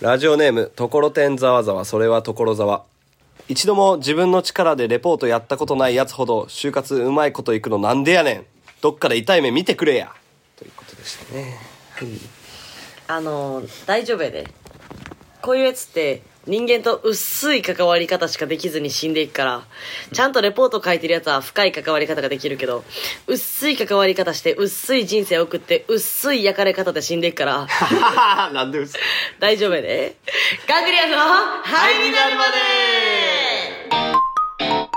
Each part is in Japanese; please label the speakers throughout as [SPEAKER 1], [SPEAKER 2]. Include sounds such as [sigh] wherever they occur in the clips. [SPEAKER 1] ラジオネーム、ところてんざわざわ、それはところざわ。一度も自分の力でレポートやったことないやつほど、就活うまいこといくのなんでやねん。どっかで痛い目見てくれや。ということでしたね。
[SPEAKER 2] あの大丈夫やでこういうやつって人間と薄い関わり方しかできずに死んでいくからちゃんとレポート書いてるやつは深い関わり方ができるけど薄い関わり方して薄い人生を送って薄い焼かれ方で死んでいくから
[SPEAKER 1] [laughs] なんで嘘
[SPEAKER 2] 大丈夫やでガングリアンの灰になるまで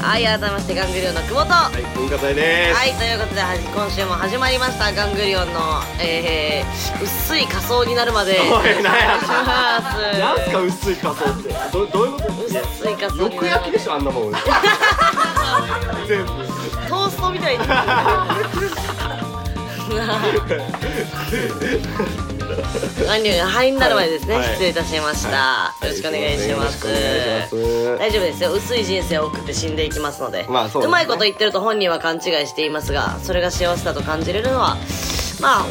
[SPEAKER 2] はい改めましてガングリオンの久保と
[SPEAKER 1] はい、文化祭です。
[SPEAKER 2] はい、ということではじ今週も始まりましたガングリオンの、えー、薄い仮装になるまで
[SPEAKER 1] お
[SPEAKER 2] [laughs]
[SPEAKER 1] い何や
[SPEAKER 2] お願いします
[SPEAKER 1] なんすか薄い仮装ってどどういうこと
[SPEAKER 2] 薄い仮装
[SPEAKER 1] よく焼きでしょあんなもん全部
[SPEAKER 2] トーストみたいにガングリオン入んなるまでですね、
[SPEAKER 1] はい
[SPEAKER 2] 失礼いたしました、
[SPEAKER 1] はい
[SPEAKER 2] よろしくお願いします,、
[SPEAKER 1] よろしくお願いします
[SPEAKER 2] 大丈夫ですよ薄い人生を送って死んでいきますので,、
[SPEAKER 1] まあそうですね
[SPEAKER 2] まいこと言ってると本人は勘違いしていますがそれが幸せだと感じれるのはまあ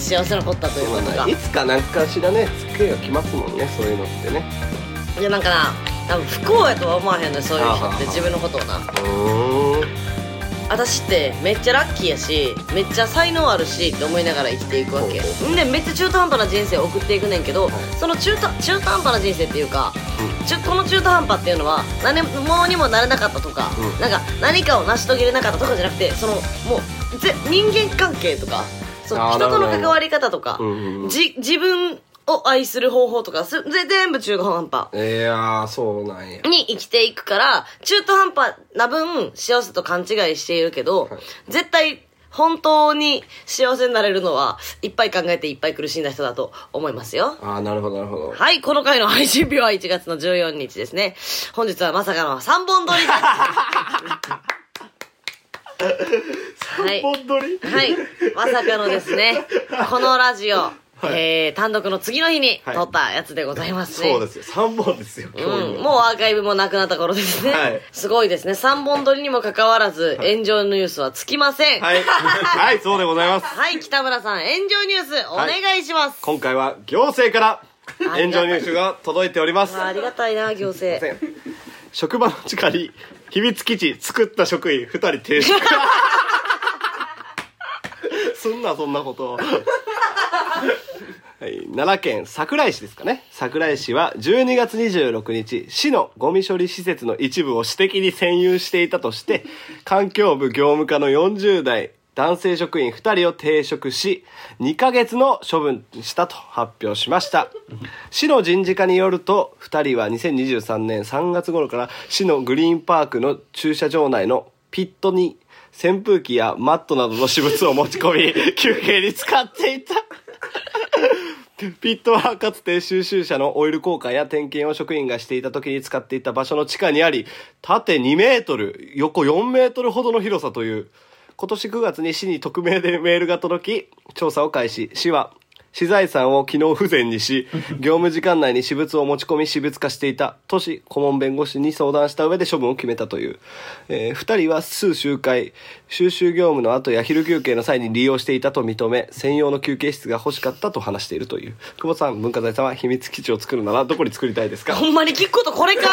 [SPEAKER 2] 幸せのことだということか
[SPEAKER 1] いつかなんかしらね机が来ますもんねそういうのってね
[SPEAKER 2] いやなんかな多分不幸やとは思わへんのよそういう人って
[SPEAKER 1] ああ
[SPEAKER 2] 自分のことをな
[SPEAKER 1] うーん
[SPEAKER 2] 私ってめっちゃラッキーやしめっちゃ才能あるしって思いながら生きていくわけ
[SPEAKER 1] ほうほ
[SPEAKER 2] んでめっちゃ中途半端な人生を送っていくねんけど、
[SPEAKER 1] い
[SPEAKER 2] その中途中途半端な人生っていうか、ちょこの中途半端っていうのは何もにもなれなかったとか、
[SPEAKER 1] うん
[SPEAKER 2] なんか何かを成し遂げれなかったとかじゃなくてそのもうぜ人間関係とかその
[SPEAKER 1] あー
[SPEAKER 2] 人と
[SPEAKER 1] な
[SPEAKER 2] の
[SPEAKER 1] るほど
[SPEAKER 2] 関わり方とか、
[SPEAKER 1] うんうんうん
[SPEAKER 2] じ自分を愛する方法とかすぜ全部中途半端
[SPEAKER 1] いやーそうなんや
[SPEAKER 2] に生きていくから、中途半端な分幸せと勘違いしているけど、
[SPEAKER 1] はい
[SPEAKER 2] 絶対本当に幸せになれるのは、いっぱい考えていっぱい苦しんだ人だと思いますよ。
[SPEAKER 1] あーなるほどなるほど
[SPEAKER 2] はい、この回の配信日は1月の14日ですね。本日はまさかの3本撮りです。はい。
[SPEAKER 1] 本撮り
[SPEAKER 2] はい。まさかのです
[SPEAKER 1] [laughs]
[SPEAKER 2] ね、このラジオ、
[SPEAKER 1] い
[SPEAKER 2] えー、単独の次の日に
[SPEAKER 1] はい
[SPEAKER 2] 撮ったやつでございますね。
[SPEAKER 1] そうですよ三本ですよ今日
[SPEAKER 2] うん、
[SPEAKER 1] の
[SPEAKER 2] もうアーカイブもなくなった頃ですね、
[SPEAKER 1] はい
[SPEAKER 2] すごいですね3本撮りにもかかわらず炎上ニュースはつきません
[SPEAKER 1] はいはいそうでございます
[SPEAKER 2] はい北村さん炎上ニュースお願いします、
[SPEAKER 1] 今回は行政から
[SPEAKER 2] あ
[SPEAKER 1] 炎
[SPEAKER 2] りがた
[SPEAKER 1] 上
[SPEAKER 2] い
[SPEAKER 1] 入手が届いております
[SPEAKER 2] あーありがたいな行政
[SPEAKER 1] せん職場の地下に秘密基地作った職員2人
[SPEAKER 2] [laughs]
[SPEAKER 1] 停止すんなそんなことはい、奈良県桜井市ですかね桜井市は12月26日市のゴミ処理施設の一部を私的に占有していたとして環境部業務課の40代男性職員2人を停職し2ヶ月の処分にしたと発表しました市の人事課によると2人は2023年3月頃から市のグリーンパークの駐車場内のピットに扇風機やマットなどの私物を持ち込み [laughs] 休憩に使っていたピットはかつて収集車のオイル交換や点検を職員がしていた時に使っていた場所の地下にあり、縦2メートル、横4メートルほどの広さという、今年9月に市に匿名でメールが届き、調査を開始、市は、資財産を機能不全にし、業務時間内に私物を持ち込み私物化していた、都市顧問弁護士に相談した上で処分を決めたという。えー二人は数周回、収集業務の後や昼休憩の際に利用していたと認め、専用の休憩室が欲しかったと話しているという。久保さん、文化財さんは秘密基地を作るならどこに作りたいですか
[SPEAKER 2] ほんまに聞くことこれか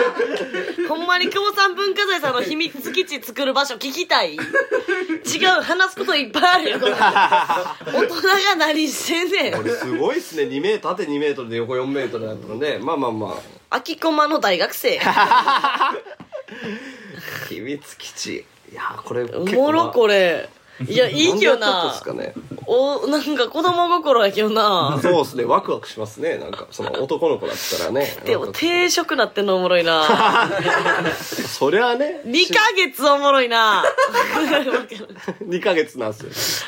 [SPEAKER 2] [laughs] ほんまに久保さん文化財さんの秘密基地作る場所聞きたい違う話すこといっぱいあるよこれ大人が何してん
[SPEAKER 1] [laughs]
[SPEAKER 2] ねん
[SPEAKER 1] これすごいっすね。2メートル、縦2メートルで横4メートルだったので、 [laughs] まあまあまあ。
[SPEAKER 2] 空き駒の大
[SPEAKER 1] [laughs]
[SPEAKER 2] 学生
[SPEAKER 1] 秘密基地。いやー、これ結
[SPEAKER 2] お
[SPEAKER 1] 構、
[SPEAKER 2] もろこれいやいいけ
[SPEAKER 1] なんでや
[SPEAKER 2] ど
[SPEAKER 1] っち
[SPEAKER 2] な
[SPEAKER 1] ゃったんですかね。
[SPEAKER 2] おなんか子供心やけ
[SPEAKER 1] [laughs]
[SPEAKER 2] どな
[SPEAKER 1] そうですね、ワクワクしますね。なんか、その男の子だったらね。
[SPEAKER 2] で
[SPEAKER 1] な
[SPEAKER 2] も
[SPEAKER 1] んか
[SPEAKER 2] 定食なってんのおもろ
[SPEAKER 1] [laughs]
[SPEAKER 2] いな
[SPEAKER 1] そりゃあね、
[SPEAKER 2] 2ヶ
[SPEAKER 1] [laughs]
[SPEAKER 2] 月おもろいな
[SPEAKER 1] 2ヶ月なんです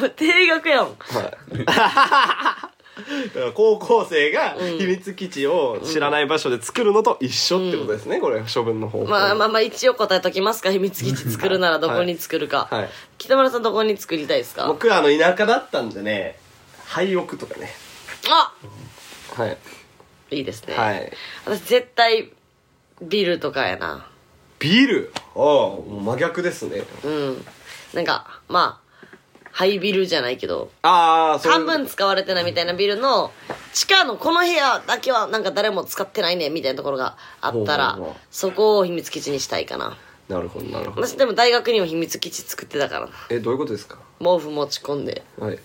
[SPEAKER 1] よ。
[SPEAKER 2] 定額やん
[SPEAKER 1] はい。だから高校生が秘密基地を知らない場所で作るのと一緒ってことですね、これ、処分の方法。
[SPEAKER 2] まあまあまあ一応答えときますか秘密基地作
[SPEAKER 1] [laughs]
[SPEAKER 2] るならどこに作るか、
[SPEAKER 1] はいはい
[SPEAKER 2] 北村さんどこに作りたいですか
[SPEAKER 1] 僕はあの、田舎だったんでね、廃屋とかね。
[SPEAKER 2] あ
[SPEAKER 1] はい。
[SPEAKER 2] いいですね。
[SPEAKER 1] はい。
[SPEAKER 2] 私絶対、ビルとかやな。
[SPEAKER 1] ビールああ、もう真逆ですね。
[SPEAKER 2] うん。なんか、まあ、ハイビルじゃないけど、
[SPEAKER 1] ああ、そういう
[SPEAKER 2] 半分使われてないみたいなビルの、地下のこの部屋だけはなんか誰も使ってないね、みたいなところがあったら
[SPEAKER 1] ほうほうほう、
[SPEAKER 2] そこを秘密基地にしたいかな。
[SPEAKER 1] なるほど、なるほど。
[SPEAKER 2] 私でも大学にも秘密基地作ってたからな。
[SPEAKER 1] え、どういうことですか
[SPEAKER 2] 毛布持ち込んで。
[SPEAKER 1] はい。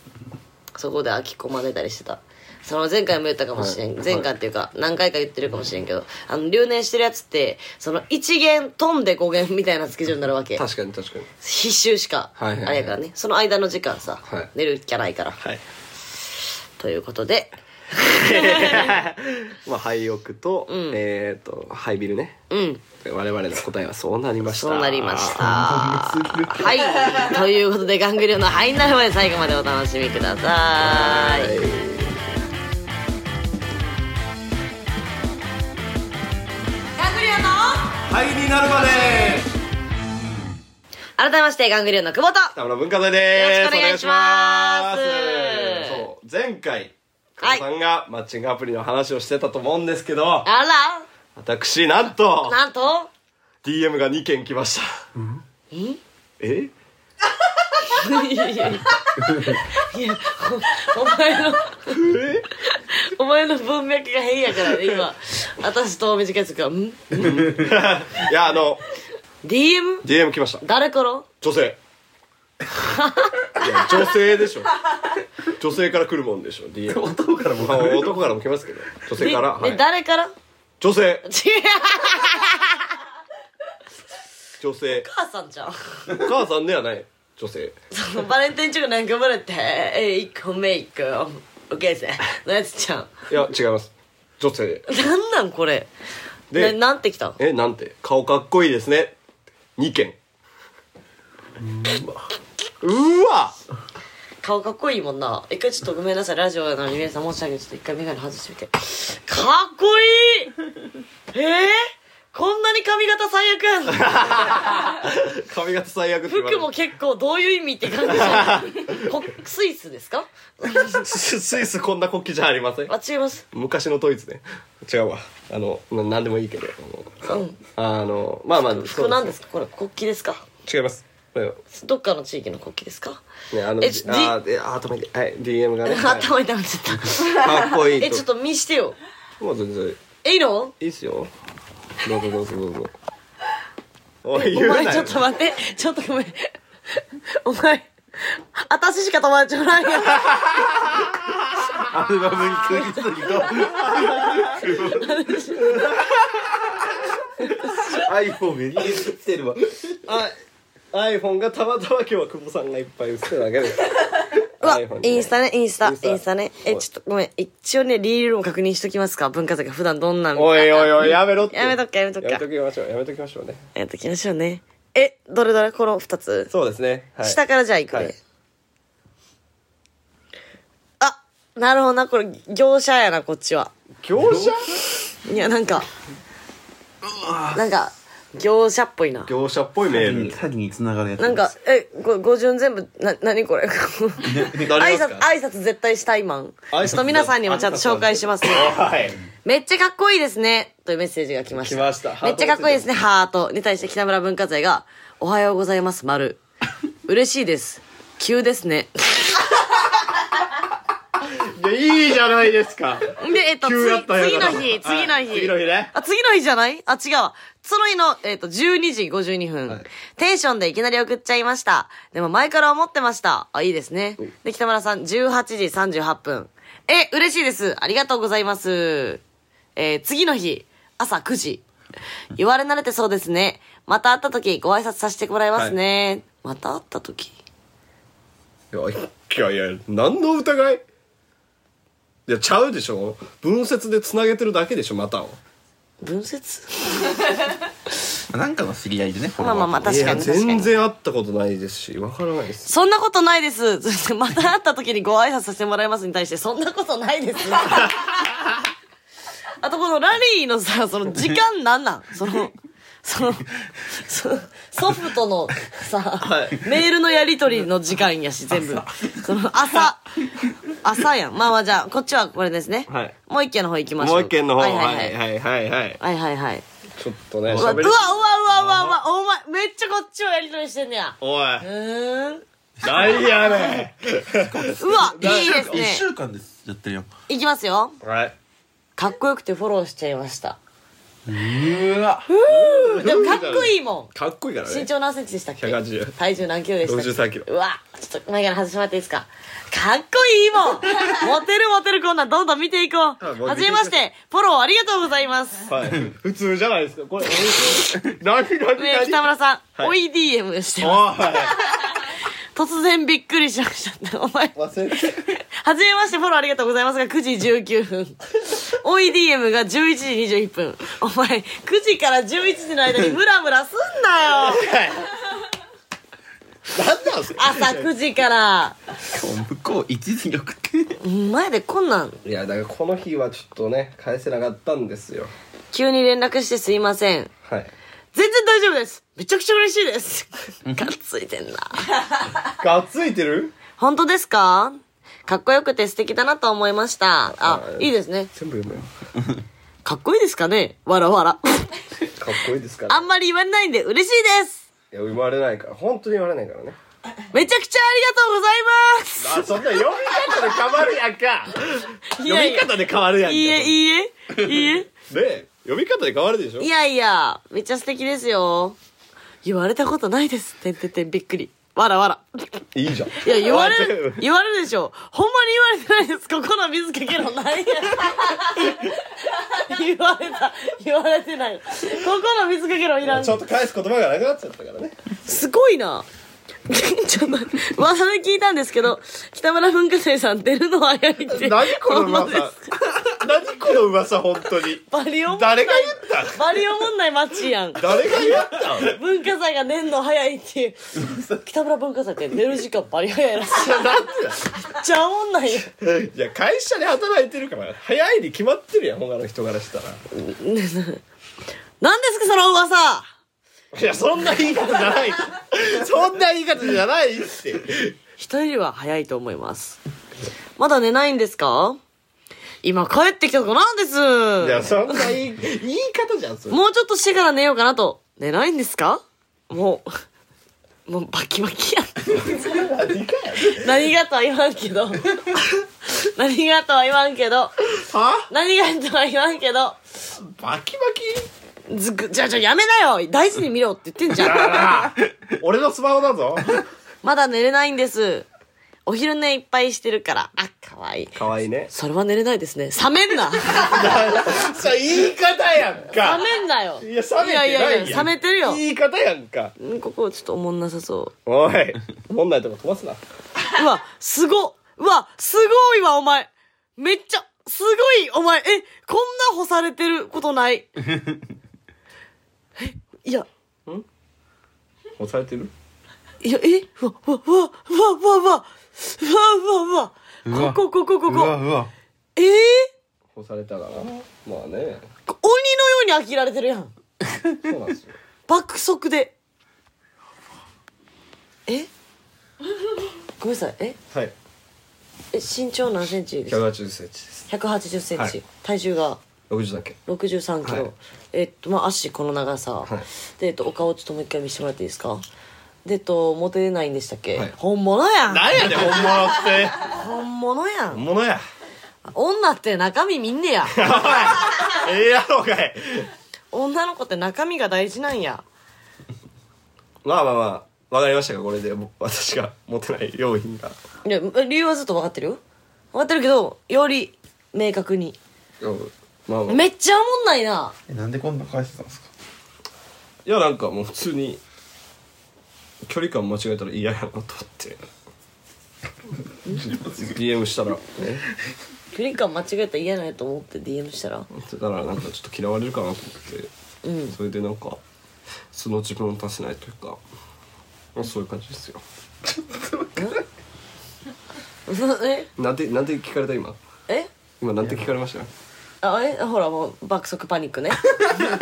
[SPEAKER 2] そこで空き込まれたりしてたその前回も言ったかもしれん、
[SPEAKER 1] はい
[SPEAKER 2] 前回っていうか何回か言ってるかもしれんけどあの留年してるやつってその1弦飛んで5弦みたいなスケジュールになるわけ
[SPEAKER 1] 確かに確かに。
[SPEAKER 2] 必修しかあ
[SPEAKER 1] はいはいはい
[SPEAKER 2] れやからね、その間の時間さ、
[SPEAKER 1] はい
[SPEAKER 2] 寝るっきゃないから
[SPEAKER 1] はい。
[SPEAKER 2] ということで
[SPEAKER 1] [laughs] まあ、廃屋と、えっと、廃ビルね。
[SPEAKER 2] うん
[SPEAKER 1] 我々の答えはそうなりました。
[SPEAKER 2] そうなりました
[SPEAKER 1] [laughs]
[SPEAKER 2] はいということでガングリオンの「ハイになるまで最後までお楽しみください
[SPEAKER 1] はい。
[SPEAKER 2] ガングリオンの
[SPEAKER 1] はい、になるまで
[SPEAKER 2] 改めましてガングリオンの久保と
[SPEAKER 1] 田村文化財です。
[SPEAKER 2] よろしくお願いします
[SPEAKER 1] お願いしますそう、前回、加藤さんがマッチングアプリの話をしてたと思うんですけど、
[SPEAKER 2] あ
[SPEAKER 1] 私、なん
[SPEAKER 2] ら
[SPEAKER 1] と、
[SPEAKER 2] なんと
[SPEAKER 1] DM が2件来ました。
[SPEAKER 2] え
[SPEAKER 1] え [laughs]
[SPEAKER 2] いやいやいやおお前のお前の文脈が変やからね今私と短い時は「ん
[SPEAKER 1] いや、あの、
[SPEAKER 2] ?DM?
[SPEAKER 1] DM 来ました。
[SPEAKER 2] 誰から
[SPEAKER 1] 女性。いや、女性でしょ。女性から来るもんでしょ、DM。
[SPEAKER 3] 男からも
[SPEAKER 1] まあ男からも来ますけど、女性から。
[SPEAKER 2] で
[SPEAKER 1] は
[SPEAKER 2] で
[SPEAKER 1] い、
[SPEAKER 2] 誰から違う
[SPEAKER 1] 女性、
[SPEAKER 2] お
[SPEAKER 1] 女性。
[SPEAKER 2] 母さんじゃん
[SPEAKER 1] お母さんではない、女性。
[SPEAKER 2] そのバレンタインチョコなんかもらって「えい1個目1個おけせ」のやつじゃん
[SPEAKER 1] いや、違います。女性。
[SPEAKER 2] なんなんこれ
[SPEAKER 1] で
[SPEAKER 2] でなんてきたん
[SPEAKER 1] えなんて顔かっこいいですね2件うわ
[SPEAKER 2] 顔かっこいいもんな一回ちょっとごめんなさいラジオなのに皆さん申し訳ないちょっと一回眼鏡外してみてかっこいいえー、こんなに髪型最悪やんの
[SPEAKER 1] [laughs] 髪型最悪って言われる
[SPEAKER 2] 服も結構どういう意味って感じじゃんこスイスですか
[SPEAKER 1] ススイスこんな国旗じゃありません
[SPEAKER 2] あ違います
[SPEAKER 1] 昔のドイツね違うわあのな何でもいいけど
[SPEAKER 2] うん
[SPEAKER 1] あのまあまあ
[SPEAKER 2] 服なんです
[SPEAKER 1] か
[SPEAKER 2] かこれ国旗ですか
[SPEAKER 1] 違いますこれ
[SPEAKER 2] どっかの地域の国旗ですか
[SPEAKER 1] ねあの
[SPEAKER 2] え
[SPEAKER 1] じ
[SPEAKER 2] ち
[SPEAKER 1] あーであー頭にはい DM がね、はい、か
[SPEAKER 2] 頭痛くなっちゃった
[SPEAKER 1] っこいい
[SPEAKER 2] えちょっと見してよ
[SPEAKER 1] もう全然い
[SPEAKER 2] えいいの
[SPEAKER 1] いっすよどうぞどうぞどうぞおい
[SPEAKER 2] お
[SPEAKER 1] 言うなよ
[SPEAKER 2] 前ちょっと待ってちょっとごめんお前私しか友達おらんやん
[SPEAKER 3] アルバムにクリストリと iPhone に入れてきてるわ
[SPEAKER 1] あ iPhone がたまたま今日は久保さんがいっぱい映ってるだけで
[SPEAKER 2] うわ
[SPEAKER 1] iPhone、ね
[SPEAKER 2] インスタね、インスタ、
[SPEAKER 1] イ
[SPEAKER 2] イ
[SPEAKER 1] ン
[SPEAKER 2] ン
[SPEAKER 1] スタ
[SPEAKER 2] スタね。え、ちょっとごめん。一応ね、リールも確認しときますか。文化財が普段どんなん
[SPEAKER 1] おいおいおいやめろって
[SPEAKER 2] やめとっかやめとっか
[SPEAKER 1] やめときましょうやめときましょうね
[SPEAKER 2] やっていきましょうね。え、どれどれこの二つ。
[SPEAKER 1] そうですね、はい、
[SPEAKER 2] 下からじゃあ行くね。
[SPEAKER 1] はい
[SPEAKER 2] あ、なるほどな。これ、業者やな、こっちは。
[SPEAKER 1] 業者
[SPEAKER 2] いや、なんか、なんか、業者っぽいな。
[SPEAKER 1] 業者っぽいメール
[SPEAKER 3] 詐欺に繋がるやつ
[SPEAKER 2] なんか、え、ご、語順全部、な、なにこれ。
[SPEAKER 1] 誰
[SPEAKER 2] 挨
[SPEAKER 1] です
[SPEAKER 2] 拶、
[SPEAKER 1] か
[SPEAKER 2] 挨拶絶対したいマン。ちょ
[SPEAKER 1] 挨拶
[SPEAKER 2] っと皆さんにもちゃんと紹介しますね。
[SPEAKER 1] はい
[SPEAKER 2] めっちゃかっこいいですね。というメッセージが来ました。
[SPEAKER 1] 来ましたハート
[SPEAKER 2] めっちゃかっこいいですね、ハート。に対して北村文化財が、おはようございます、丸。嬉しいです。急ですね。
[SPEAKER 1] いやいいじゃないですか
[SPEAKER 2] で、えっと、つ
[SPEAKER 1] 急やったんや
[SPEAKER 2] 次
[SPEAKER 1] から
[SPEAKER 2] の日、次の
[SPEAKER 1] はい
[SPEAKER 2] 日。
[SPEAKER 1] 次の日ね
[SPEAKER 2] あ、次の日じゃないあ、違うわ。その日の、えっと、12時52分、テンションでいきなり送っちゃいました。でも前から思ってました。あ、いいですね。で、北村さん、18時38分。え、嬉しいです。ありがとうございます。えー次の日、朝9時。言われ慣れてそうですね。また会った時、ご挨拶させてもらいますね。また会った時。
[SPEAKER 1] いやいやいや何の疑いいやちゃうでしょ文節でつなげてるだけでしょまたを
[SPEAKER 2] 文節
[SPEAKER 3] なんかの知り合いでね
[SPEAKER 2] まあまあまあ、確かに確かに。
[SPEAKER 1] 全然会ったことないですしわからないです
[SPEAKER 2] そんなことないです。また会った時にご挨拶させてもらいますに対して、そんなことないです。あとこのラリーのさ、その時間なんなんその、その、そソフトのさ、
[SPEAKER 1] はい
[SPEAKER 2] メールのやり取りの時間やし、全部。その朝、朝やん。まあまあじゃあ、こっちはこれですね。
[SPEAKER 1] はい
[SPEAKER 2] もう一件の方行きましょう。
[SPEAKER 1] もう一件の方
[SPEAKER 2] は
[SPEAKER 1] はいい
[SPEAKER 2] は
[SPEAKER 1] はい
[SPEAKER 2] はい
[SPEAKER 1] い。はいはいはい
[SPEAKER 2] はいはいはい。
[SPEAKER 1] ちょっとね
[SPEAKER 2] うわ、うわ、
[SPEAKER 1] 喋
[SPEAKER 2] うわ、
[SPEAKER 1] り
[SPEAKER 2] うわ、うわ、うわ、お前、めっちゃこっちをやり取りしてんねや。
[SPEAKER 1] おいう
[SPEAKER 2] ーん。
[SPEAKER 1] 何や
[SPEAKER 2] [laughs]
[SPEAKER 1] ね
[SPEAKER 2] うわ、いいです
[SPEAKER 3] 一
[SPEAKER 2] ね。
[SPEAKER 3] 週間でやってるよ。
[SPEAKER 2] いきますよ。
[SPEAKER 1] んはい
[SPEAKER 2] かっこよくてフォローしちゃいました。
[SPEAKER 3] うわ。
[SPEAKER 2] でもかっこいいもん。
[SPEAKER 1] かっこいいからね
[SPEAKER 2] 身長何センチでしたっけ
[SPEAKER 1] 180
[SPEAKER 2] 体重何キロでしたっけ
[SPEAKER 1] 63キロ
[SPEAKER 2] うわちょっと前から外してもらっていいですかかっこいいもん
[SPEAKER 1] [laughs]
[SPEAKER 2] モテるモテるこんなんどんどん見ていこう
[SPEAKER 1] はいもう
[SPEAKER 2] はじめましてフォローありがとうございます
[SPEAKER 1] はい普通じゃないですかこ
[SPEAKER 2] [laughs]
[SPEAKER 1] れ何何何
[SPEAKER 2] ね北村さん、
[SPEAKER 1] はい
[SPEAKER 2] おい DM してます
[SPEAKER 1] おい
[SPEAKER 2] 突然びっくりしましたお前
[SPEAKER 1] 忘
[SPEAKER 2] [laughs]
[SPEAKER 1] れて
[SPEAKER 2] はじめましてフォローありがとうございますが9時19分おい DM が11時21分お前9時から11時の間にムラムラすんなよ
[SPEAKER 1] 何なんすか
[SPEAKER 2] 朝9時から
[SPEAKER 3] 向こう一時に送って。
[SPEAKER 2] 前でこんなん
[SPEAKER 1] いやだからこの日はちょっとね返せなかったんですよ
[SPEAKER 2] 急に連絡してすいません。
[SPEAKER 1] はい
[SPEAKER 2] 全然大丈夫です。めちゃくちゃ嬉しいです。がっついてんな。
[SPEAKER 1] がっついてる
[SPEAKER 2] 本当ですかかっこよくて素敵だなと思いました。あ
[SPEAKER 1] は、い
[SPEAKER 2] いいですね。
[SPEAKER 1] 全部読むよ
[SPEAKER 2] かっこいいですかねわらわ
[SPEAKER 1] [laughs]
[SPEAKER 2] ら。
[SPEAKER 1] かっこいいですから
[SPEAKER 2] あ
[SPEAKER 1] い
[SPEAKER 2] んまり言われないんで嬉しいです。
[SPEAKER 1] や生まれないから本当に言われないからね
[SPEAKER 2] めちゃくちゃあ
[SPEAKER 1] あ
[SPEAKER 2] りがとうござい
[SPEAKER 1] そんな読み方で変わるやんか
[SPEAKER 2] いや
[SPEAKER 1] 読
[SPEAKER 2] いや
[SPEAKER 1] み方で変わるやん
[SPEAKER 2] ま
[SPEAKER 1] か
[SPEAKER 2] す。いいえ、いいえ、いいえ。
[SPEAKER 1] ね読み方で変わるでしょ
[SPEAKER 2] いやいや、めっちゃ素敵ですよ。言われたことないです。てんてんてんびっくり。わらわら。
[SPEAKER 1] いいじゃん
[SPEAKER 2] いや、言われ
[SPEAKER 1] 全
[SPEAKER 2] る
[SPEAKER 1] 部、
[SPEAKER 2] 言われるでしょ。ほんまに言われてないです。ここの水かけろ、ないや。言われた、言われてない。ここの水かけろ、いらん。
[SPEAKER 1] ちょっと返す言葉がなくなっちゃったからね
[SPEAKER 2] すごいな。 [laughs] ちょっと、噂で聞いたんですけど、北村文化祭さん出るの早いって。
[SPEAKER 1] [laughs] 何この
[SPEAKER 2] ほんま
[SPEAKER 1] 噂
[SPEAKER 2] です
[SPEAKER 1] [laughs] 何この噂本当に
[SPEAKER 2] バリオもんない。
[SPEAKER 1] 誰が言った
[SPEAKER 2] バリオもんない街やん。
[SPEAKER 1] 誰が言ったの
[SPEAKER 2] 文化祭が出んの早いっていう。北村文化祭って寝る時間バリ早いらしい。めっちゃおもんないよ。
[SPEAKER 1] [laughs] いや会社で働いてるから早いに決まってるやん他の人からしたら
[SPEAKER 2] 何ですか、その噂
[SPEAKER 1] いやそんな言い方じゃない [laughs] そんな言い方じゃないって
[SPEAKER 2] 人よりは早いと思います。まだ寝ないんですか今帰ってきたとこなんです
[SPEAKER 1] いやそんな言い言い方じゃんそれ
[SPEAKER 2] もうちょっとしてから寝ようかなと。寝ないんですかもう、もうバキバキやん。
[SPEAKER 1] 何かや
[SPEAKER 2] 何がとは言わんけど。何がとは言わんけど。
[SPEAKER 1] は
[SPEAKER 2] 何がとは言わんけど。
[SPEAKER 1] バキバキ
[SPEAKER 2] ずく、じゃあじゃあやめなよ大事に見ろって言ってんじゃん。
[SPEAKER 1] 俺のスマホだぞ
[SPEAKER 2] [laughs] まだ寝れないんです。お昼寝いっぱいしてるから。あ、かわいい。
[SPEAKER 1] 可愛いね
[SPEAKER 2] それは寝れないですね。冷めん
[SPEAKER 1] [laughs]
[SPEAKER 2] な
[SPEAKER 1] さ言い方やんか
[SPEAKER 2] 冷めんなよ。
[SPEAKER 1] いや冷めてないやん
[SPEAKER 2] いやいや冷めてるよ。
[SPEAKER 1] 言い方やんか
[SPEAKER 2] うんここちょっとおもんなさそ
[SPEAKER 1] おい問題とか飛ばすな
[SPEAKER 2] う。うわ、すごうわ、すごいわ、お前めっちゃ、すごいお前え、こんな干されてることない。え、いや、
[SPEAKER 1] 押されてる
[SPEAKER 2] いや、えうわ、うわ、うわ、うわ、うわ、うわ、うわ、うわ、うわ、ここ、ここ、こ
[SPEAKER 3] うわ
[SPEAKER 2] こ。
[SPEAKER 3] うわ。
[SPEAKER 2] えー、
[SPEAKER 1] 押されたらなまあね
[SPEAKER 2] 鬼のように飽きられてるやん。
[SPEAKER 1] そうなんですよ
[SPEAKER 2] 爆速で。えごめんなさい、え
[SPEAKER 1] はい
[SPEAKER 2] え身長何センチですか
[SPEAKER 1] 1 8 0ンチです
[SPEAKER 2] 180センチ、
[SPEAKER 1] はい
[SPEAKER 2] 体重が
[SPEAKER 1] 60だっけ
[SPEAKER 2] 63キロ、
[SPEAKER 1] はい
[SPEAKER 2] えっとまあ足この長さ、
[SPEAKER 1] い
[SPEAKER 2] で、えっと、お顔ちょっともう一回見せてもらっていいですかで、えっと、モテれないんでしたっけ、
[SPEAKER 1] はい
[SPEAKER 2] 本物やん
[SPEAKER 1] なんやねん本物って
[SPEAKER 2] 本物やん
[SPEAKER 1] 本物や
[SPEAKER 2] 女って中身見んねや
[SPEAKER 1] ええやろうかい
[SPEAKER 2] 女の子って中身が大事なんや
[SPEAKER 1] まあまあまあわかりましたかこれで僕私が持てない用品が
[SPEAKER 2] いや理由はずっと分かってるよ分かってるけどより明確に
[SPEAKER 1] うんまあまあ
[SPEAKER 2] めっちゃおもんないな
[SPEAKER 3] えなんでこんな返してたんですか。
[SPEAKER 1] いやなんかもう普通に距離感間違えたら嫌やなと思って DM したらね
[SPEAKER 2] 距離感間違えたら嫌なんやと思って DM したら [laughs]
[SPEAKER 1] だからなんかちょっと嫌われるかなと思って、それでなんか素の自分を出せないというか、まあ、そういう感じですよ
[SPEAKER 2] え
[SPEAKER 1] なんてなんて聞かれた今
[SPEAKER 2] え
[SPEAKER 1] 今なんて聞かれました
[SPEAKER 2] あえほらもう爆速パニックね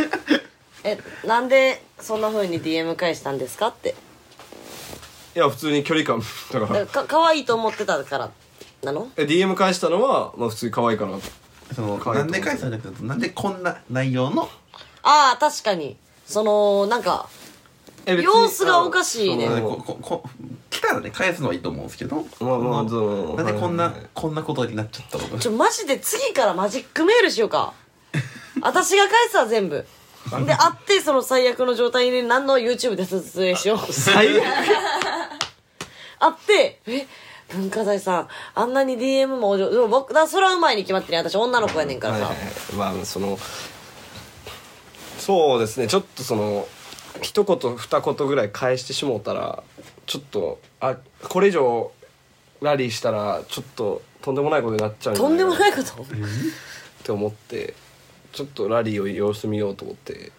[SPEAKER 2] [laughs] えなんでそんな風に DM 返したんですかって
[SPEAKER 1] いや普通に距離感だか
[SPEAKER 2] からか可愛いと思ってたからなの
[SPEAKER 1] え DM 返したのは、まあ、普通に可愛いかな
[SPEAKER 3] その
[SPEAKER 1] 可愛い
[SPEAKER 3] なんで返したんじゃなくてなんでこんな内容の
[SPEAKER 2] ああ確かにそのなんか
[SPEAKER 1] え
[SPEAKER 2] 様子がおかしいね
[SPEAKER 1] あのそ
[SPEAKER 3] こ
[SPEAKER 1] の
[SPEAKER 3] ここ来たらね返すのはいいと思うんですけど
[SPEAKER 1] まあまあそう
[SPEAKER 3] なんでこん
[SPEAKER 1] は
[SPEAKER 3] ない
[SPEAKER 1] はいはい
[SPEAKER 3] こんなことになっちゃったのか
[SPEAKER 2] ちょマジで次からマジックメールしようか私が返すわ
[SPEAKER 1] [laughs]
[SPEAKER 2] 全部で会ってその最悪の状態に何の YouTube で撮
[SPEAKER 1] [laughs]
[SPEAKER 2] 影しよう
[SPEAKER 1] 最悪
[SPEAKER 2] あって、え文化財さん、あんなに DM もお上手。でも僕、だからそれはうまいに決まってね。私女の子やねんから
[SPEAKER 1] はい
[SPEAKER 2] さ。
[SPEAKER 1] はいはいまあそのそうですねちょっとその一言二言ぐらい返してしもうたらちょっとあこれ以上ラリーしたらちょっととんでもないことになっちゃうんじゃ
[SPEAKER 2] とんでも
[SPEAKER 1] いか
[SPEAKER 2] ないこと。
[SPEAKER 1] って思ってちょっとラリーを様子見ようと思って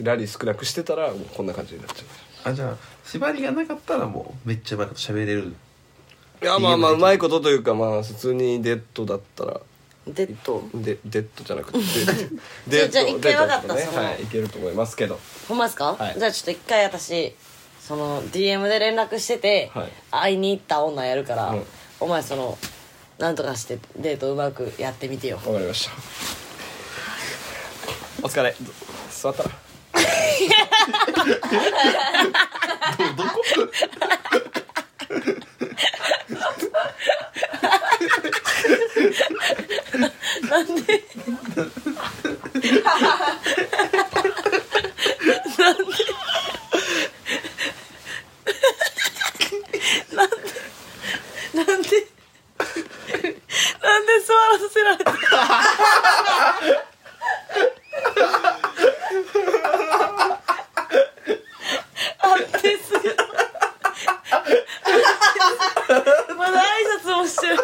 [SPEAKER 1] ラリー少なくしてたらもうこんな感じになっちゃ
[SPEAKER 3] あじゃあ縛りがなかったらもうめっちゃうまいこと喋れる
[SPEAKER 1] ういやまあまあうまいことというかまあ普通にデッドだったら
[SPEAKER 2] デッド。
[SPEAKER 1] でデッドじゃ
[SPEAKER 2] [laughs]
[SPEAKER 1] なくて
[SPEAKER 2] じゃあ
[SPEAKER 1] デ
[SPEAKER 2] じゃあ一回分かった
[SPEAKER 1] デッドだね
[SPEAKER 2] その
[SPEAKER 1] はいいけると思いますけど
[SPEAKER 2] ほんまですか、
[SPEAKER 1] はい
[SPEAKER 2] じゃあちょっと一回私、その DM で連絡してて、
[SPEAKER 1] はい
[SPEAKER 2] 会いに行った女やるから、
[SPEAKER 1] うん
[SPEAKER 2] お前その、なんとかしてデートうまくやってみてよ。
[SPEAKER 1] わかりましたお疲れ座ったら
[SPEAKER 3] どどこ
[SPEAKER 2] なんで、なんで座らせられた安定すぎるまだ挨拶もしてる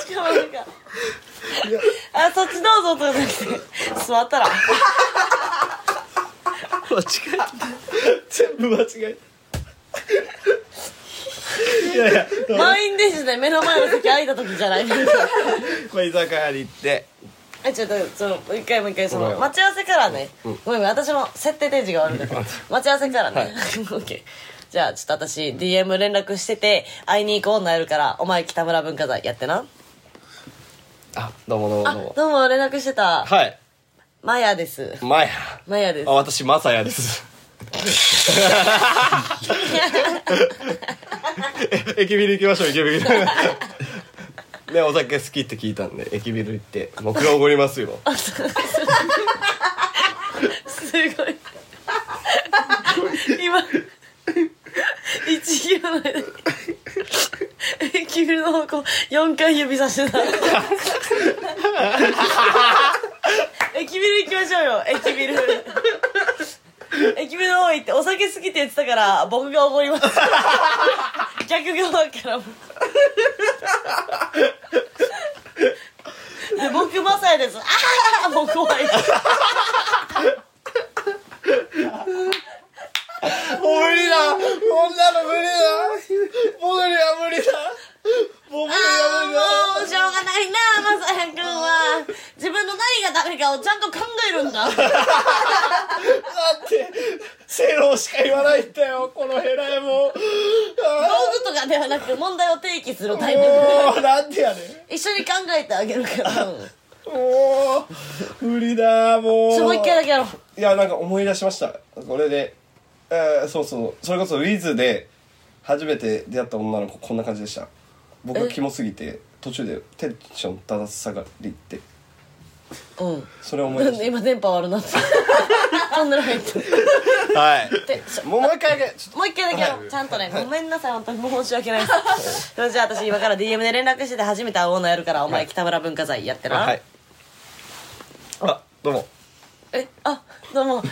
[SPEAKER 2] しかもなんかあそっちどうぞとかじゃなくて座ったら
[SPEAKER 1] 間違えた全部間違えたいやいや
[SPEAKER 2] 満員電車で目の前の席空いた時じゃない
[SPEAKER 1] まあ居酒屋に行って
[SPEAKER 2] えちょっとその一回もう一回そ
[SPEAKER 1] ごめん
[SPEAKER 2] の
[SPEAKER 1] よ
[SPEAKER 2] 待ち合わせからね、ごめんごめん私の設定提示が悪いんだけど待ち合わせからね、 [laughs] オッケーじゃあちょっと私 DM 連絡してて会いに行こうなるからお前北村文化財やってな
[SPEAKER 1] あどうもどうも
[SPEAKER 2] あ
[SPEAKER 1] どうも
[SPEAKER 2] どうも連絡してた
[SPEAKER 1] はい
[SPEAKER 2] マヤです
[SPEAKER 1] マヤ
[SPEAKER 2] マヤです
[SPEAKER 1] あ私マサヤですえ [laughs] 駅ビル行きましょう駅ビル [laughs] ねお酒好きって聞いたんで駅ビル行って僕がおごりますよ
[SPEAKER 2] すごい今一行の間に駅ビルの方向4回指さしてた駅ビル行きましょうよ駅ビル駅ビルの方行ってお酒好きって言ってたから僕がおごります逆側からもで僕マサヤですああもう怖い
[SPEAKER 1] もう無理だこんなの無理だ戻りは無理だもう無理
[SPEAKER 2] あ
[SPEAKER 1] は
[SPEAKER 2] ーもうしょうがないなまさやくんは自分の何がダメかをちゃんと考えるんだ
[SPEAKER 1] 無理だだって正論しか言わないんだよこのヘラエもあ
[SPEAKER 2] 道具とかではなく問題を提起するタイプ
[SPEAKER 1] ーもうなんでやねん
[SPEAKER 2] 一緒に考えてあげるから
[SPEAKER 1] もう無理だもう
[SPEAKER 2] ちょもう一回だけやろう
[SPEAKER 1] いやなんか思い出しましたこれで、えーそうそうそれこそウィズで初めて出会った女の子こんな感じでした僕がキモすぎて途中でテンションだだ下がりって
[SPEAKER 2] うん
[SPEAKER 1] それを思い
[SPEAKER 2] な
[SPEAKER 1] 出し
[SPEAKER 2] んで今電波悪なってトンネル入ってる
[SPEAKER 1] たはい
[SPEAKER 2] でちょ
[SPEAKER 1] もうもう一回だけちょっ
[SPEAKER 2] もう一回だけやろうちゃんとねごめんなさい本当に申し訳ないですそれじゃあ私今から DM で連絡してて初めて会おうのやるからお前北村文化財やって
[SPEAKER 1] と
[SPEAKER 2] な、
[SPEAKER 1] はいあどうも
[SPEAKER 2] えあどうも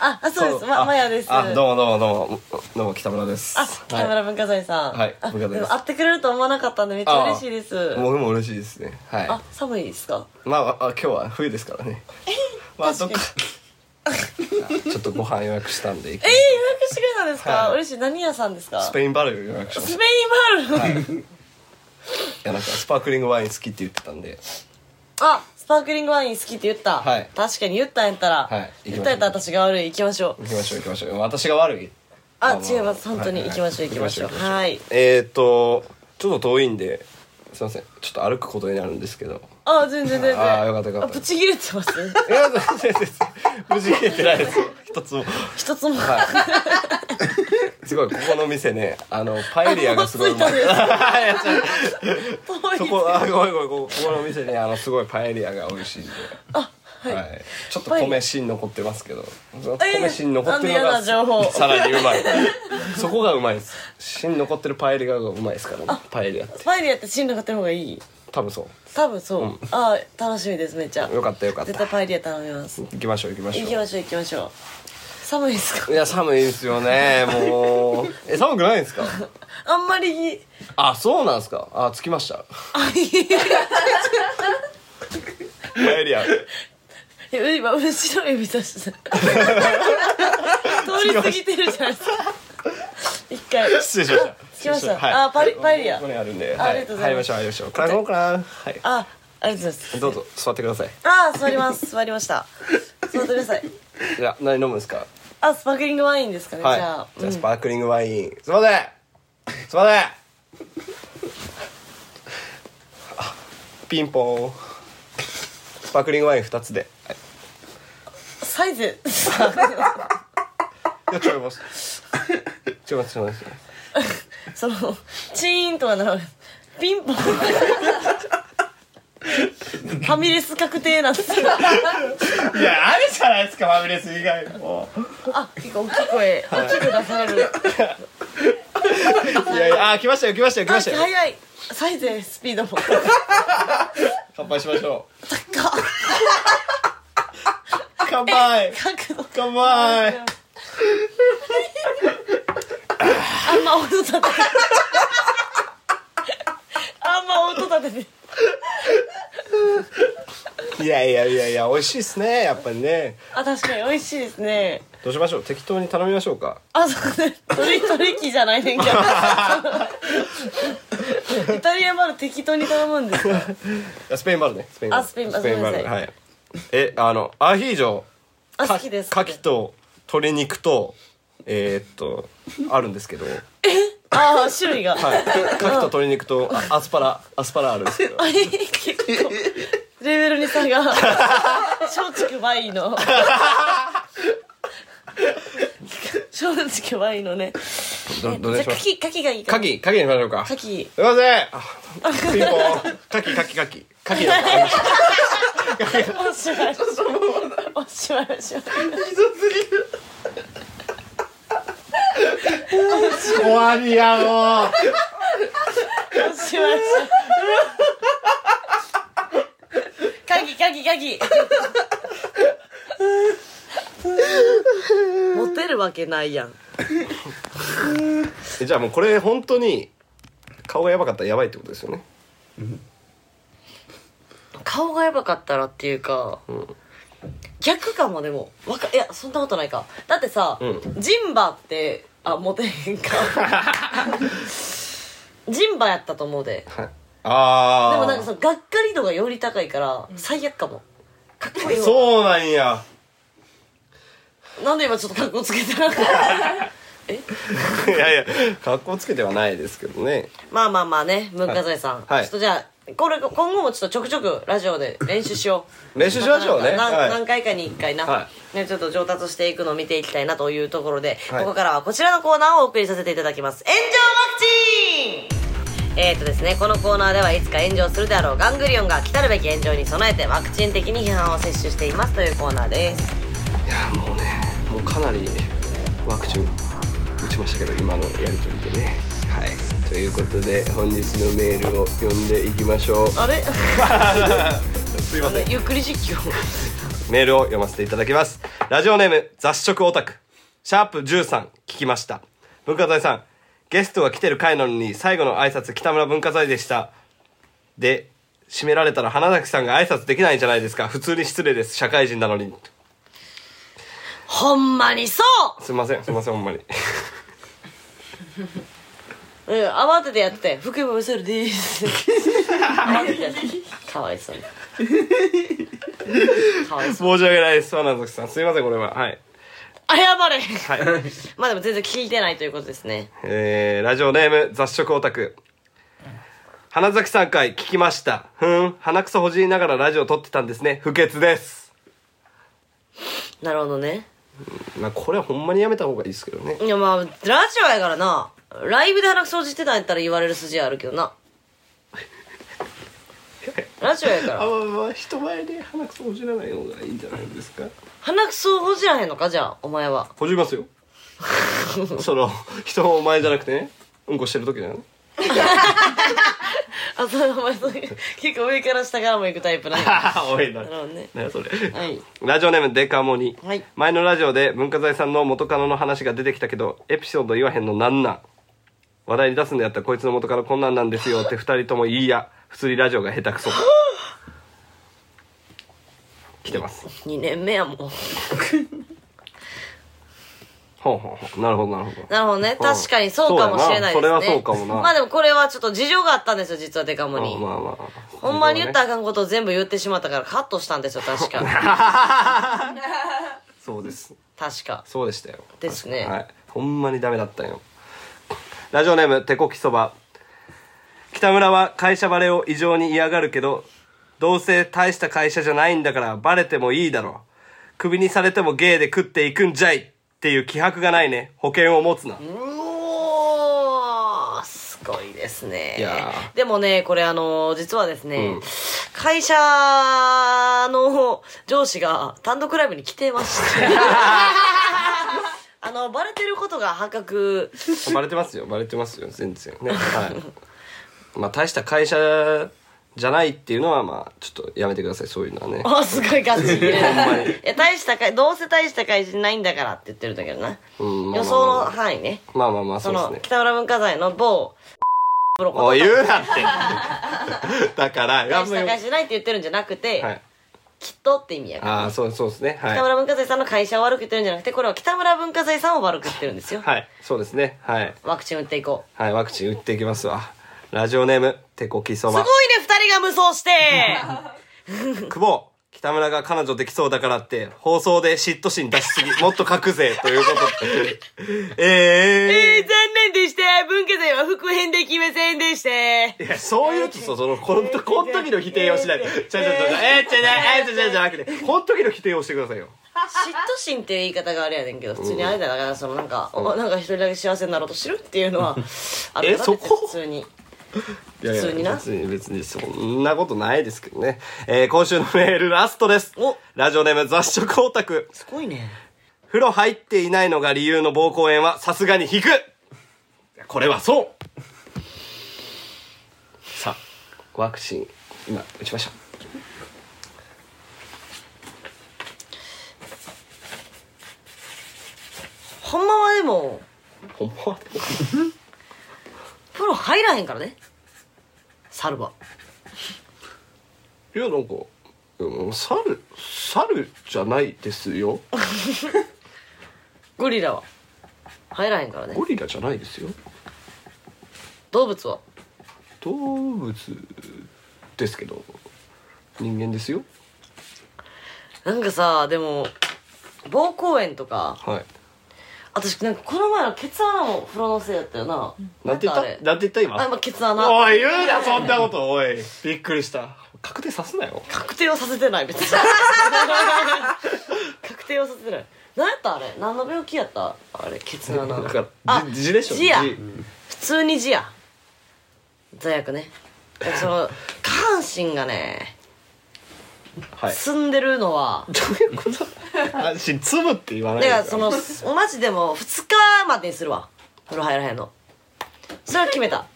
[SPEAKER 2] ああそうですま
[SPEAKER 1] あ
[SPEAKER 2] マヤです
[SPEAKER 1] あどうもどうもどうもどうも北村です
[SPEAKER 2] あ、北
[SPEAKER 1] は
[SPEAKER 2] 村文化財さん。
[SPEAKER 1] はい
[SPEAKER 2] あ
[SPEAKER 1] 文化財です
[SPEAKER 2] でも会ってくれると思わなかったんでめっちゃ嬉しいです。
[SPEAKER 1] い僕も嬉しいですねはい
[SPEAKER 2] あ、寒いですか。
[SPEAKER 1] まああ今日は冬ですからねまあどっ
[SPEAKER 2] [laughs]
[SPEAKER 1] かちょっとご飯予約したんで
[SPEAKER 2] えー、予約してくれたんですか。
[SPEAKER 1] はい
[SPEAKER 2] 嬉しい。何屋さんですか。
[SPEAKER 1] スペインバレル予約しました
[SPEAKER 2] ス
[SPEAKER 1] い
[SPEAKER 2] ペインバルーン。
[SPEAKER 1] やなんかスパークリングワイン好きって言ってたんで
[SPEAKER 2] あ、スパークリングワイン好きって言った。
[SPEAKER 1] はい
[SPEAKER 2] 確かに言ったんやったら、
[SPEAKER 1] はい
[SPEAKER 2] 言ったんやったら私が悪い。行きましょう。
[SPEAKER 1] 行きましょう行きましょう私が悪い
[SPEAKER 2] あ、
[SPEAKER 1] の
[SPEAKER 2] 違います。本当に
[SPEAKER 1] はい
[SPEAKER 2] 行
[SPEAKER 1] はい
[SPEAKER 2] きましょう、行きましょ
[SPEAKER 1] 行
[SPEAKER 2] う。
[SPEAKER 1] きましょう
[SPEAKER 2] はい。
[SPEAKER 1] えっ、ー、とちょっと遠いんですいませんちょっと歩くことになるんですけど
[SPEAKER 2] あ、全然全然。
[SPEAKER 1] あーよかったよかった
[SPEAKER 2] あプチ切れてます。
[SPEAKER 1] [laughs] いや全然全然無事言えてないです一つも
[SPEAKER 2] 一つも。
[SPEAKER 1] はいすごいここの店ねあのパエリアがすごいうまい
[SPEAKER 2] [laughs] あもう着いた
[SPEAKER 1] [laughs] いや違う
[SPEAKER 2] 遠い
[SPEAKER 1] そこあごめんごめんここここの店ねあのすごいパエリアが美味しいんであはい、ちょっと米芯残ってますけど米芯残ってるの
[SPEAKER 2] なんで嫌な情報
[SPEAKER 1] がさらにうま
[SPEAKER 2] [laughs]
[SPEAKER 1] いそこがうまいです芯残ってるパエリアがうまいですからねパエリアって
[SPEAKER 2] パエリアって進路買ってる方がいい
[SPEAKER 1] 多分そ
[SPEAKER 2] 多分そう。あー、楽しみです、めっちゃ。
[SPEAKER 1] うよかったよかった
[SPEAKER 2] 絶対パエリア頼みます。
[SPEAKER 1] 行きましょう行きましょう
[SPEAKER 2] 行きましょう、行きましょう。寒いですか
[SPEAKER 1] いや寒いですよね
[SPEAKER 2] [laughs]
[SPEAKER 1] もうえ寒くないんですか
[SPEAKER 2] あんまり、
[SPEAKER 1] あそうなんですかあ着きま
[SPEAKER 2] [laughs]
[SPEAKER 1] した
[SPEAKER 2] あ、いい。
[SPEAKER 1] パエリア
[SPEAKER 2] いや今後ろ指
[SPEAKER 1] [laughs]
[SPEAKER 2] さしてた通り過ぎてるじゃないですか一回
[SPEAKER 1] 失礼しました
[SPEAKER 2] 着きましたあパリパエリア
[SPEAKER 1] ここにあるんで
[SPEAKER 2] あ
[SPEAKER 1] は
[SPEAKER 2] りがとうございます
[SPEAKER 1] 入りましょう入りましょうかごうかなはい
[SPEAKER 2] あありがとうございます
[SPEAKER 1] どうぞ座ってください
[SPEAKER 2] あ座ります座りました座ってください
[SPEAKER 1] いや何飲むんですか
[SPEAKER 2] あスパークリングワインですかね、
[SPEAKER 1] はい
[SPEAKER 2] じゃあ
[SPEAKER 1] じゃあスパークリングワインすいませんすいませんあピンポンスパークリングワイン2つではい
[SPEAKER 2] サ
[SPEAKER 1] [laughs]
[SPEAKER 2] イズ
[SPEAKER 1] いや違います違います違います
[SPEAKER 2] そのチーンとはならないピ
[SPEAKER 1] [laughs]
[SPEAKER 2] ンポンファミレス確定なんですよ
[SPEAKER 1] いやあるじゃないですかファミレス以外も
[SPEAKER 2] あ結構大きい声大きく出される
[SPEAKER 1] いやいやあ来ましたよ来ましたよ来ましたよ
[SPEAKER 2] 早いサイズスピードも
[SPEAKER 1] 乾杯しましょう
[SPEAKER 2] か
[SPEAKER 1] 乾杯
[SPEAKER 2] 角度
[SPEAKER 1] 乾杯
[SPEAKER 2] あんま音立ててあんま音立てて
[SPEAKER 1] いやいやいやいや美味しいっすねやっぱりね
[SPEAKER 2] あ確かに美味しいですね
[SPEAKER 1] どうしましょう適当に頼みましょうか
[SPEAKER 2] あそうねトリトリキじゃないねんけ
[SPEAKER 1] [laughs]
[SPEAKER 2] どイタリアンバル適当に頼むんですか
[SPEAKER 1] いやスペインバルねスペインバル
[SPEAKER 2] あスペインバル
[SPEAKER 1] バル
[SPEAKER 2] すいま
[SPEAKER 1] はいえあのアヒージョ
[SPEAKER 2] あ
[SPEAKER 1] か
[SPEAKER 2] 好きです
[SPEAKER 1] 牡蠣と鶏肉とえーっとあるんですけど
[SPEAKER 2] [laughs]
[SPEAKER 1] はい
[SPEAKER 2] ああ種類が、
[SPEAKER 1] 牡蠣と鶏肉とあアスパラアスパラあるんですけど
[SPEAKER 2] あれ結構レベルに
[SPEAKER 1] [laughs]
[SPEAKER 2] 差が松竹ワインの松竹ワインのね
[SPEAKER 1] どどう
[SPEAKER 2] じ
[SPEAKER 1] で
[SPEAKER 2] ゃ
[SPEAKER 1] します
[SPEAKER 2] あ牡蠣牡蠣がいい
[SPEAKER 1] 牡
[SPEAKER 2] か
[SPEAKER 1] 蠣牡蠣にしましょうか
[SPEAKER 2] 牡蠣
[SPEAKER 1] すいませんあピンポン
[SPEAKER 2] [laughs]
[SPEAKER 1] 牡蠣牡蠣牡蠣牡蠣だ
[SPEAKER 2] おしまいおしまいおしまい
[SPEAKER 1] 終わりやもう
[SPEAKER 2] おしまいカギカギカギ
[SPEAKER 1] [laughs]
[SPEAKER 2] モテるわけないやん
[SPEAKER 1] えじゃあもうこれ本当に顔がやばかったらやばいってことですよね
[SPEAKER 2] 顔がやばかったらっていうか、逆かもでもわかいやそんなことないかだってさ、
[SPEAKER 1] うん
[SPEAKER 2] ジンバってあモテへん
[SPEAKER 1] [laughs]
[SPEAKER 2] かジンバやったと思うで
[SPEAKER 1] はいああ
[SPEAKER 2] でもなんかそのがっかり度がより高いから最悪かもかっこいいわ
[SPEAKER 1] そうなんや
[SPEAKER 2] なんで今ちょっと格好つけてなかった
[SPEAKER 1] [laughs] いやいや格好つけてはないですけどね
[SPEAKER 2] まあまあまあね文化財さん、
[SPEAKER 1] はいはい
[SPEAKER 2] ちょっとじゃあこれ今後もちょっとちょくちょくラジオで練習しよう
[SPEAKER 1] 練習しましょうね
[SPEAKER 2] なんか
[SPEAKER 1] はい
[SPEAKER 2] 何回かに1回な、
[SPEAKER 1] は
[SPEAKER 2] ね、ちょっと上達していくのを見ていきたいなというところで、
[SPEAKER 1] はい
[SPEAKER 2] ここからはこちらのコーナーをお送りさせていただきます炎上ワクチンえーとですね、このコーナーではいつか炎上するであろうガングリオンが来たるべき炎上に備えてワクチン的に批判を接種していますというコーナーです
[SPEAKER 1] いやもうねもうかなりワクチン打ちましたけど今のやりとりでねはいということで本日のメールを読んでいきましょう
[SPEAKER 2] あ
[SPEAKER 1] [laughs]
[SPEAKER 2] れ
[SPEAKER 1] すいません
[SPEAKER 2] ゆっくり実況
[SPEAKER 1] メールを読ませていただきますラジオネーム雑食オタクシャープ13聞きました文化財さんゲストが来てる回なのに最後の挨拶北村文化財でしたで締められたら花崎さんが挨拶できないんじゃないですか普通に失礼です社会人なのに
[SPEAKER 2] ほんまにそう
[SPEAKER 1] すいませんすいませんほんまに
[SPEAKER 2] うん、慌ててやってて、福山雅治でー [laughs] す。慌ててやってたかわいそうに。かわいそう。
[SPEAKER 1] 申し訳ないです花崎さんすいませんこれははい
[SPEAKER 2] 謝れ
[SPEAKER 1] はい [laughs]
[SPEAKER 2] まあでも全然聞いてないということですね。
[SPEAKER 1] えー、ラジオネーム雑食オタク花崎さん回聞きましたふん鼻くそほじりながらラジオ撮ってたんですね不潔です
[SPEAKER 2] なるほどね。
[SPEAKER 1] まあこれはほんまにやめた方がいいですけどね
[SPEAKER 2] いやまあ、ラジオやからな。ライブで鼻くそじってたんやったら言われる筋あるけどな。ラジオやから。
[SPEAKER 1] あまあ人前で鼻くそほじらない方がいいんじゃないですか
[SPEAKER 2] 鼻くそをほじらへんのかじゃあ、お前は。
[SPEAKER 1] ほじりますよその人の前じゃなくてねうんこしてる時だよ [laughs] ね
[SPEAKER 2] あ、そう、お前そういう、結構上から下からも行くタイプなんや。
[SPEAKER 1] ああおいな
[SPEAKER 2] なるほどね。
[SPEAKER 1] なんやそれ
[SPEAKER 2] はい。
[SPEAKER 1] ラジオネームデカモニ、
[SPEAKER 2] はい
[SPEAKER 1] 前のラジオで文化財さんの元カノの話が出てきたけどエピソード言わへんのなんなん話題に出すんでやったらこいつの元カノこんなんなんですよって二人とも言いや普通にラジオが下手くそ来てます
[SPEAKER 2] 2年目やもん。
[SPEAKER 1] ほうほうほうなるほどなるほど
[SPEAKER 2] なるほどね。確かにそうかもしれないです
[SPEAKER 1] そ
[SPEAKER 2] ね。
[SPEAKER 1] うやなそれはそうかもな
[SPEAKER 2] まあでもこれはちょっと事情があったんですよ、実はデカモに。
[SPEAKER 1] まあまあまあ
[SPEAKER 2] ほんまに言ったらあかんことを全部言ってしまったからカットしたんですよ、確か。
[SPEAKER 1] [laughs] そうです
[SPEAKER 2] 確か。
[SPEAKER 1] そうでしたよ
[SPEAKER 2] ですね
[SPEAKER 1] はい、ほんまにダメだったよラジオネーム手こきそば北村は会社バレを異常に嫌がるけどどうせ大した会社じゃないんだからバレてもいいだろうクビにされてもゲイで食っていくんじゃいっていう気迫がないね保険を持つな
[SPEAKER 2] うおー、すごいですね。
[SPEAKER 1] いやー
[SPEAKER 2] でもね、これあの、実はですね、
[SPEAKER 1] うん
[SPEAKER 2] 会社の上司が単独ライブに来て
[SPEAKER 1] [laughs]
[SPEAKER 2] まして。あの、バレてることが発覚
[SPEAKER 1] バレてますよバレてますよ全然ねはいまあ大した会社じゃないっていうのはまあちょっとやめてくださいそういうのはね
[SPEAKER 2] あすごいガチ切れる
[SPEAKER 1] ほんまに
[SPEAKER 2] いや大した会どうせ大した会じゃないんだからって言ってるんだけどな、
[SPEAKER 1] うんまあまあまあ
[SPEAKER 2] 予想の範囲ね
[SPEAKER 1] まあまあまあ
[SPEAKER 2] そ
[SPEAKER 1] そうです
[SPEAKER 2] の
[SPEAKER 1] ね
[SPEAKER 2] 北浦文化財の某ブロコ
[SPEAKER 1] お
[SPEAKER 2] と
[SPEAKER 1] い言うなって
[SPEAKER 2] [laughs]
[SPEAKER 1] だからや
[SPEAKER 2] 大
[SPEAKER 1] ん
[SPEAKER 2] し
[SPEAKER 1] ま
[SPEAKER 2] た
[SPEAKER 1] よ
[SPEAKER 2] 会じゃないって言ってるんじゃなくて、
[SPEAKER 1] はい
[SPEAKER 2] きっとって意味やから
[SPEAKER 1] ああそうそうですねはい
[SPEAKER 2] 北村文化財さんの会社を悪く言ってるんじゃなくてこれは北村文化財さんを悪く言ってるんですよ、
[SPEAKER 1] はいそうですねはい
[SPEAKER 2] ワクチン打っていこう
[SPEAKER 1] はいワクチン打っていきますわラジオネーム手こきそ
[SPEAKER 2] すごい
[SPEAKER 1] ば
[SPEAKER 2] ね二人が無双して
[SPEAKER 1] [laughs] 久保北村が彼女できそうだからって放送で嫉妬心出しすぎもっと書くぜということで
[SPEAKER 2] え
[SPEAKER 1] え
[SPEAKER 2] ー、残念でした文化財は復編できませんでした
[SPEAKER 1] えいやそういうとそのこのこの時の否定をしないでちゃうちゃうちゃうちゃうえーちゃうちゃうえーちゃうちゃうじゃなくてこの時の否定をしてくださいよ
[SPEAKER 2] 嫉妬心っていう言い方があれやねんけど普通にあれだよだからそのなんか、おなんか一人だけ幸せになろうとしてるっていうのはあれだ
[SPEAKER 1] えそこ
[SPEAKER 2] 普通に
[SPEAKER 1] いやいや
[SPEAKER 2] 普通にな
[SPEAKER 1] 別に別にそんなことないですけどね、えー、今週のメールラストです
[SPEAKER 2] お
[SPEAKER 1] ラジオネーム雑食オタク
[SPEAKER 2] すごいね
[SPEAKER 1] 風呂入っていないのが理由の膀胱炎はさすがに引くこれはそうさあワクチン今打ちましょ
[SPEAKER 2] ほんまはでも
[SPEAKER 1] うほんまは
[SPEAKER 2] 風呂入らへんからねサルバ
[SPEAKER 1] いやなんかうん猿猿じゃないですよ
[SPEAKER 2] ゴリラは入らへんからね
[SPEAKER 1] ゴリラじゃないですよ
[SPEAKER 2] 動物は
[SPEAKER 1] 動物ですけど人間ですよ
[SPEAKER 2] なんかさでも膀胱炎とか
[SPEAKER 1] はい
[SPEAKER 2] 私なんかこの前のケツ穴も風呂のせいだったよな
[SPEAKER 1] なんて言
[SPEAKER 2] かあ
[SPEAKER 1] っ
[SPEAKER 2] れ
[SPEAKER 1] たなんて言った
[SPEAKER 2] あ
[SPEAKER 1] 今
[SPEAKER 2] 今ケツ穴
[SPEAKER 1] おい言うなそんなことおいびっくりした確定さすなよ
[SPEAKER 2] 確定はさせてない別に [laughs] 確定はさせてない何やったあれ何の病気やったあれケツ
[SPEAKER 1] だ
[SPEAKER 2] 穴の
[SPEAKER 1] か
[SPEAKER 2] あ
[SPEAKER 1] らじ字でしょ
[SPEAKER 2] 字や
[SPEAKER 1] 字
[SPEAKER 2] 普通に字や罪悪ねだからその
[SPEAKER 1] [laughs]
[SPEAKER 2] 下半身がね
[SPEAKER 1] はい
[SPEAKER 2] 進んでるのは
[SPEAKER 1] どういうこと安心粒って言わない
[SPEAKER 2] だ
[SPEAKER 1] で
[SPEAKER 2] から
[SPEAKER 1] くだ
[SPEAKER 2] その
[SPEAKER 1] さい
[SPEAKER 2] マジでも2日までにするわ風呂入らへんのそれは決めた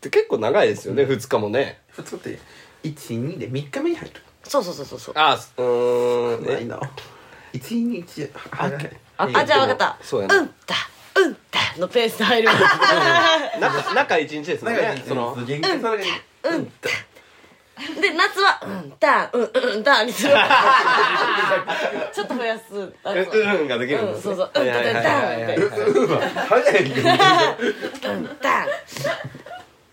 [SPEAKER 1] 結構長いですよね2日もね
[SPEAKER 3] 普通って12で3日目に入る
[SPEAKER 2] そうそうそうそうそう
[SPEAKER 1] あうーん
[SPEAKER 3] ない
[SPEAKER 1] え
[SPEAKER 3] な121あ
[SPEAKER 1] あ
[SPEAKER 2] あじゃあ分かった
[SPEAKER 1] そうや
[SPEAKER 2] う
[SPEAKER 1] なん
[SPEAKER 2] だうんだのペース
[SPEAKER 1] [laughs]
[SPEAKER 2] で入るわ
[SPEAKER 1] 中中1日ですもん
[SPEAKER 3] なん
[SPEAKER 1] ね
[SPEAKER 3] か
[SPEAKER 1] その
[SPEAKER 3] 限界されが
[SPEAKER 2] うんだで流夏は、うんだ、うん、うんだ、にする。
[SPEAKER 1] [laughs]
[SPEAKER 2] ちょっと増やす。あ
[SPEAKER 1] う
[SPEAKER 2] そう
[SPEAKER 1] うんができるんですね
[SPEAKER 2] うんそうそううん
[SPEAKER 1] はいはいはいはい
[SPEAKER 2] だだだ
[SPEAKER 3] [laughs] 早いよ
[SPEAKER 2] うんだ。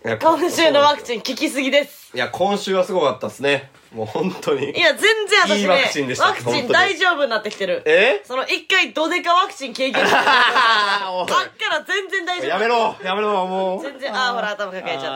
[SPEAKER 1] いや
[SPEAKER 2] [laughs] 今週のワクチン効きすぎです。
[SPEAKER 1] いや今週はすごかったですねもう本当に
[SPEAKER 2] いや、全然私ね、
[SPEAKER 1] いいワクチンでした
[SPEAKER 2] ワクチ
[SPEAKER 1] 本当
[SPEAKER 2] ン
[SPEAKER 1] に
[SPEAKER 2] 大丈夫になってきてる。
[SPEAKER 1] え
[SPEAKER 2] その一回ドデカワクチン経験してる。
[SPEAKER 1] [laughs]
[SPEAKER 2] あ
[SPEAKER 1] お
[SPEAKER 2] っ
[SPEAKER 1] い
[SPEAKER 2] から全然大丈夫。
[SPEAKER 1] やめろやめろもう
[SPEAKER 2] 全然、あー、ほら、頭抱えちゃった。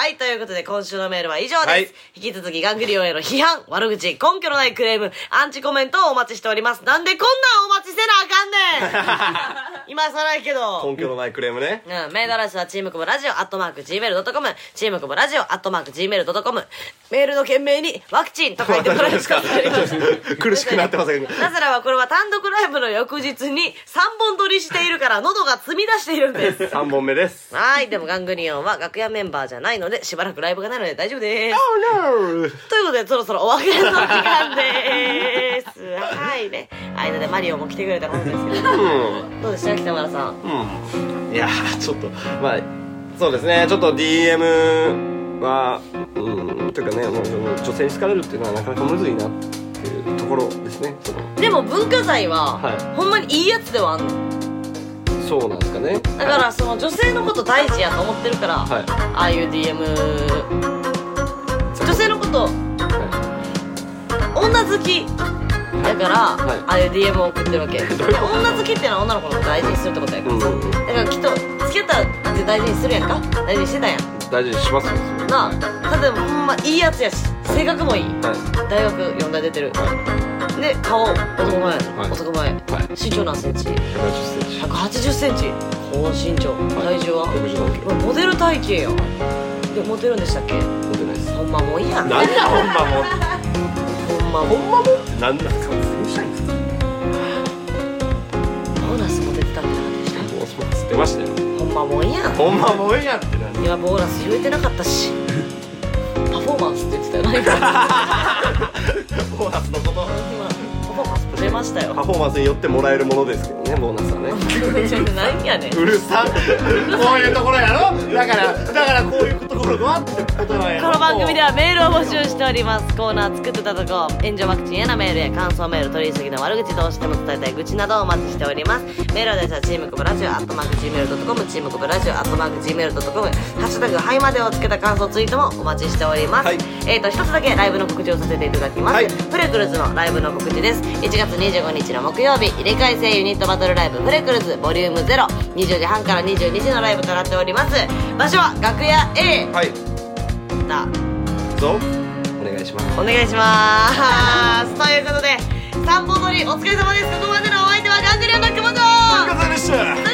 [SPEAKER 2] はい、ということで、今週のメールは以上です。
[SPEAKER 1] はい
[SPEAKER 2] 引き続き、ガングリオンへの批判、悪口、根拠のないクレーム、アンチコメントをお待ちしております。なんでこんなんお待ちせなあかん
[SPEAKER 1] [laughs]
[SPEAKER 2] ねん今更やけど。
[SPEAKER 1] 根拠のないクレームね
[SPEAKER 2] うん、メールアドレスはチームクボラジオアットマーク Gmail.com チームクボラジオアットマーク Gmail.com メールの件名にワクチンと書いてもらえますか
[SPEAKER 1] [laughs] 苦しくなってますけど
[SPEAKER 2] なぜならばこれは単独ライブの翌日に3本撮りしているから喉が積み出しているんです
[SPEAKER 1] 3本目
[SPEAKER 2] [laughs]
[SPEAKER 1] です
[SPEAKER 2] はい。でも、ガングリオンは楽屋メンバーじゃないので、しばらくライブがないので大丈夫です。
[SPEAKER 1] Oh no!
[SPEAKER 2] ということで、そろそろお別れの時間です。はいね。間でマリオも来てくれたことですけど。どうでした北村さん。
[SPEAKER 1] うんいやーちょっとまあそうですねちょっと DM はうんというかねもうその女性に好かれるっていうのはなかなかむずいなっていうところですねその
[SPEAKER 2] でも、文化財は、
[SPEAKER 1] は
[SPEAKER 2] ほんまにいいやつではあんの。
[SPEAKER 1] そうなんですかね
[SPEAKER 2] だから、その女性のこと大事やと思ってるから、
[SPEAKER 1] はい
[SPEAKER 2] ああいう DM、女性のこと、
[SPEAKER 1] は
[SPEAKER 2] 女好き。だから、
[SPEAKER 1] はい
[SPEAKER 2] ああいう DM を送ってる [laughs] わけ。で女好きっていうのは女の子のこと大事にするってことや
[SPEAKER 1] い
[SPEAKER 2] から。
[SPEAKER 1] うんうん
[SPEAKER 2] だからきっと付き合ったらって大事にするやんか大事にしてたやん
[SPEAKER 1] 大事にしますよ
[SPEAKER 2] なあただほんまいいやつやし性格もいい
[SPEAKER 1] それ
[SPEAKER 2] 大学4大出てる
[SPEAKER 1] は
[SPEAKER 2] で顔男前、
[SPEAKER 1] い
[SPEAKER 2] 男前
[SPEAKER 1] いはい
[SPEAKER 2] 身長何センチ
[SPEAKER 1] 1 8 0ンチ
[SPEAKER 2] 1 8 0センチ高身長体重は、
[SPEAKER 1] 6 5キロ
[SPEAKER 2] うわモデル体型やんでモテるんでしたっけ
[SPEAKER 1] 持ってないです
[SPEAKER 2] ほんまもんやん
[SPEAKER 1] なんだほんまもん
[SPEAKER 2] ほんまもん
[SPEAKER 1] ほんまもんってなんだか正社員ですか
[SPEAKER 2] ボーナスも出てたみたいな感じでし
[SPEAKER 1] もうそうつってましたよ
[SPEAKER 2] たほんまもんやん
[SPEAKER 1] ほんまもんやってなん
[SPEAKER 2] 今ボーナス言えてなかっ
[SPEAKER 1] [laughs]
[SPEAKER 2] たしパフォーマンスって言ってたよ何か
[SPEAKER 1] ボーナスのこと
[SPEAKER 2] 今パフォーマンス出ましたよ
[SPEAKER 1] パフォーマンスによってもらえるものですけどねボーナスはね
[SPEAKER 2] 何やねん
[SPEAKER 1] うるさこういうところやろだからだからこういうところがあってことなんや
[SPEAKER 2] [laughs] こ
[SPEAKER 1] ろ
[SPEAKER 2] の番組ではメールを募集しておりますコーナー作ってたとこ援助ワクチンへのメールや感想メール取り急ぎの悪口どうしても伝えたい愚痴などをお待ちしておりますメールアドレスはチームコブラジオアットマーク Gmail.com チームコブラジオアットマーク Gmail.com ハッシュタグハイまでをつけた感想ツイートもお待ちしております、
[SPEAKER 1] はい
[SPEAKER 2] えーと一つだけライブの告知をさせていただきます、
[SPEAKER 1] はい
[SPEAKER 2] フレクルズのライブの告知です1月25日の木曜日入れ替え制ユニットバトルライブフレクルズボリューム020時半から22時のライブとなっております場所は楽屋 A
[SPEAKER 1] はい
[SPEAKER 2] だ
[SPEAKER 1] ぞお願いします
[SPEAKER 2] お願いしますということで三本撮りお疲れ様ですここまでのお相手はガングリオンの久保と
[SPEAKER 1] お疲れ様でした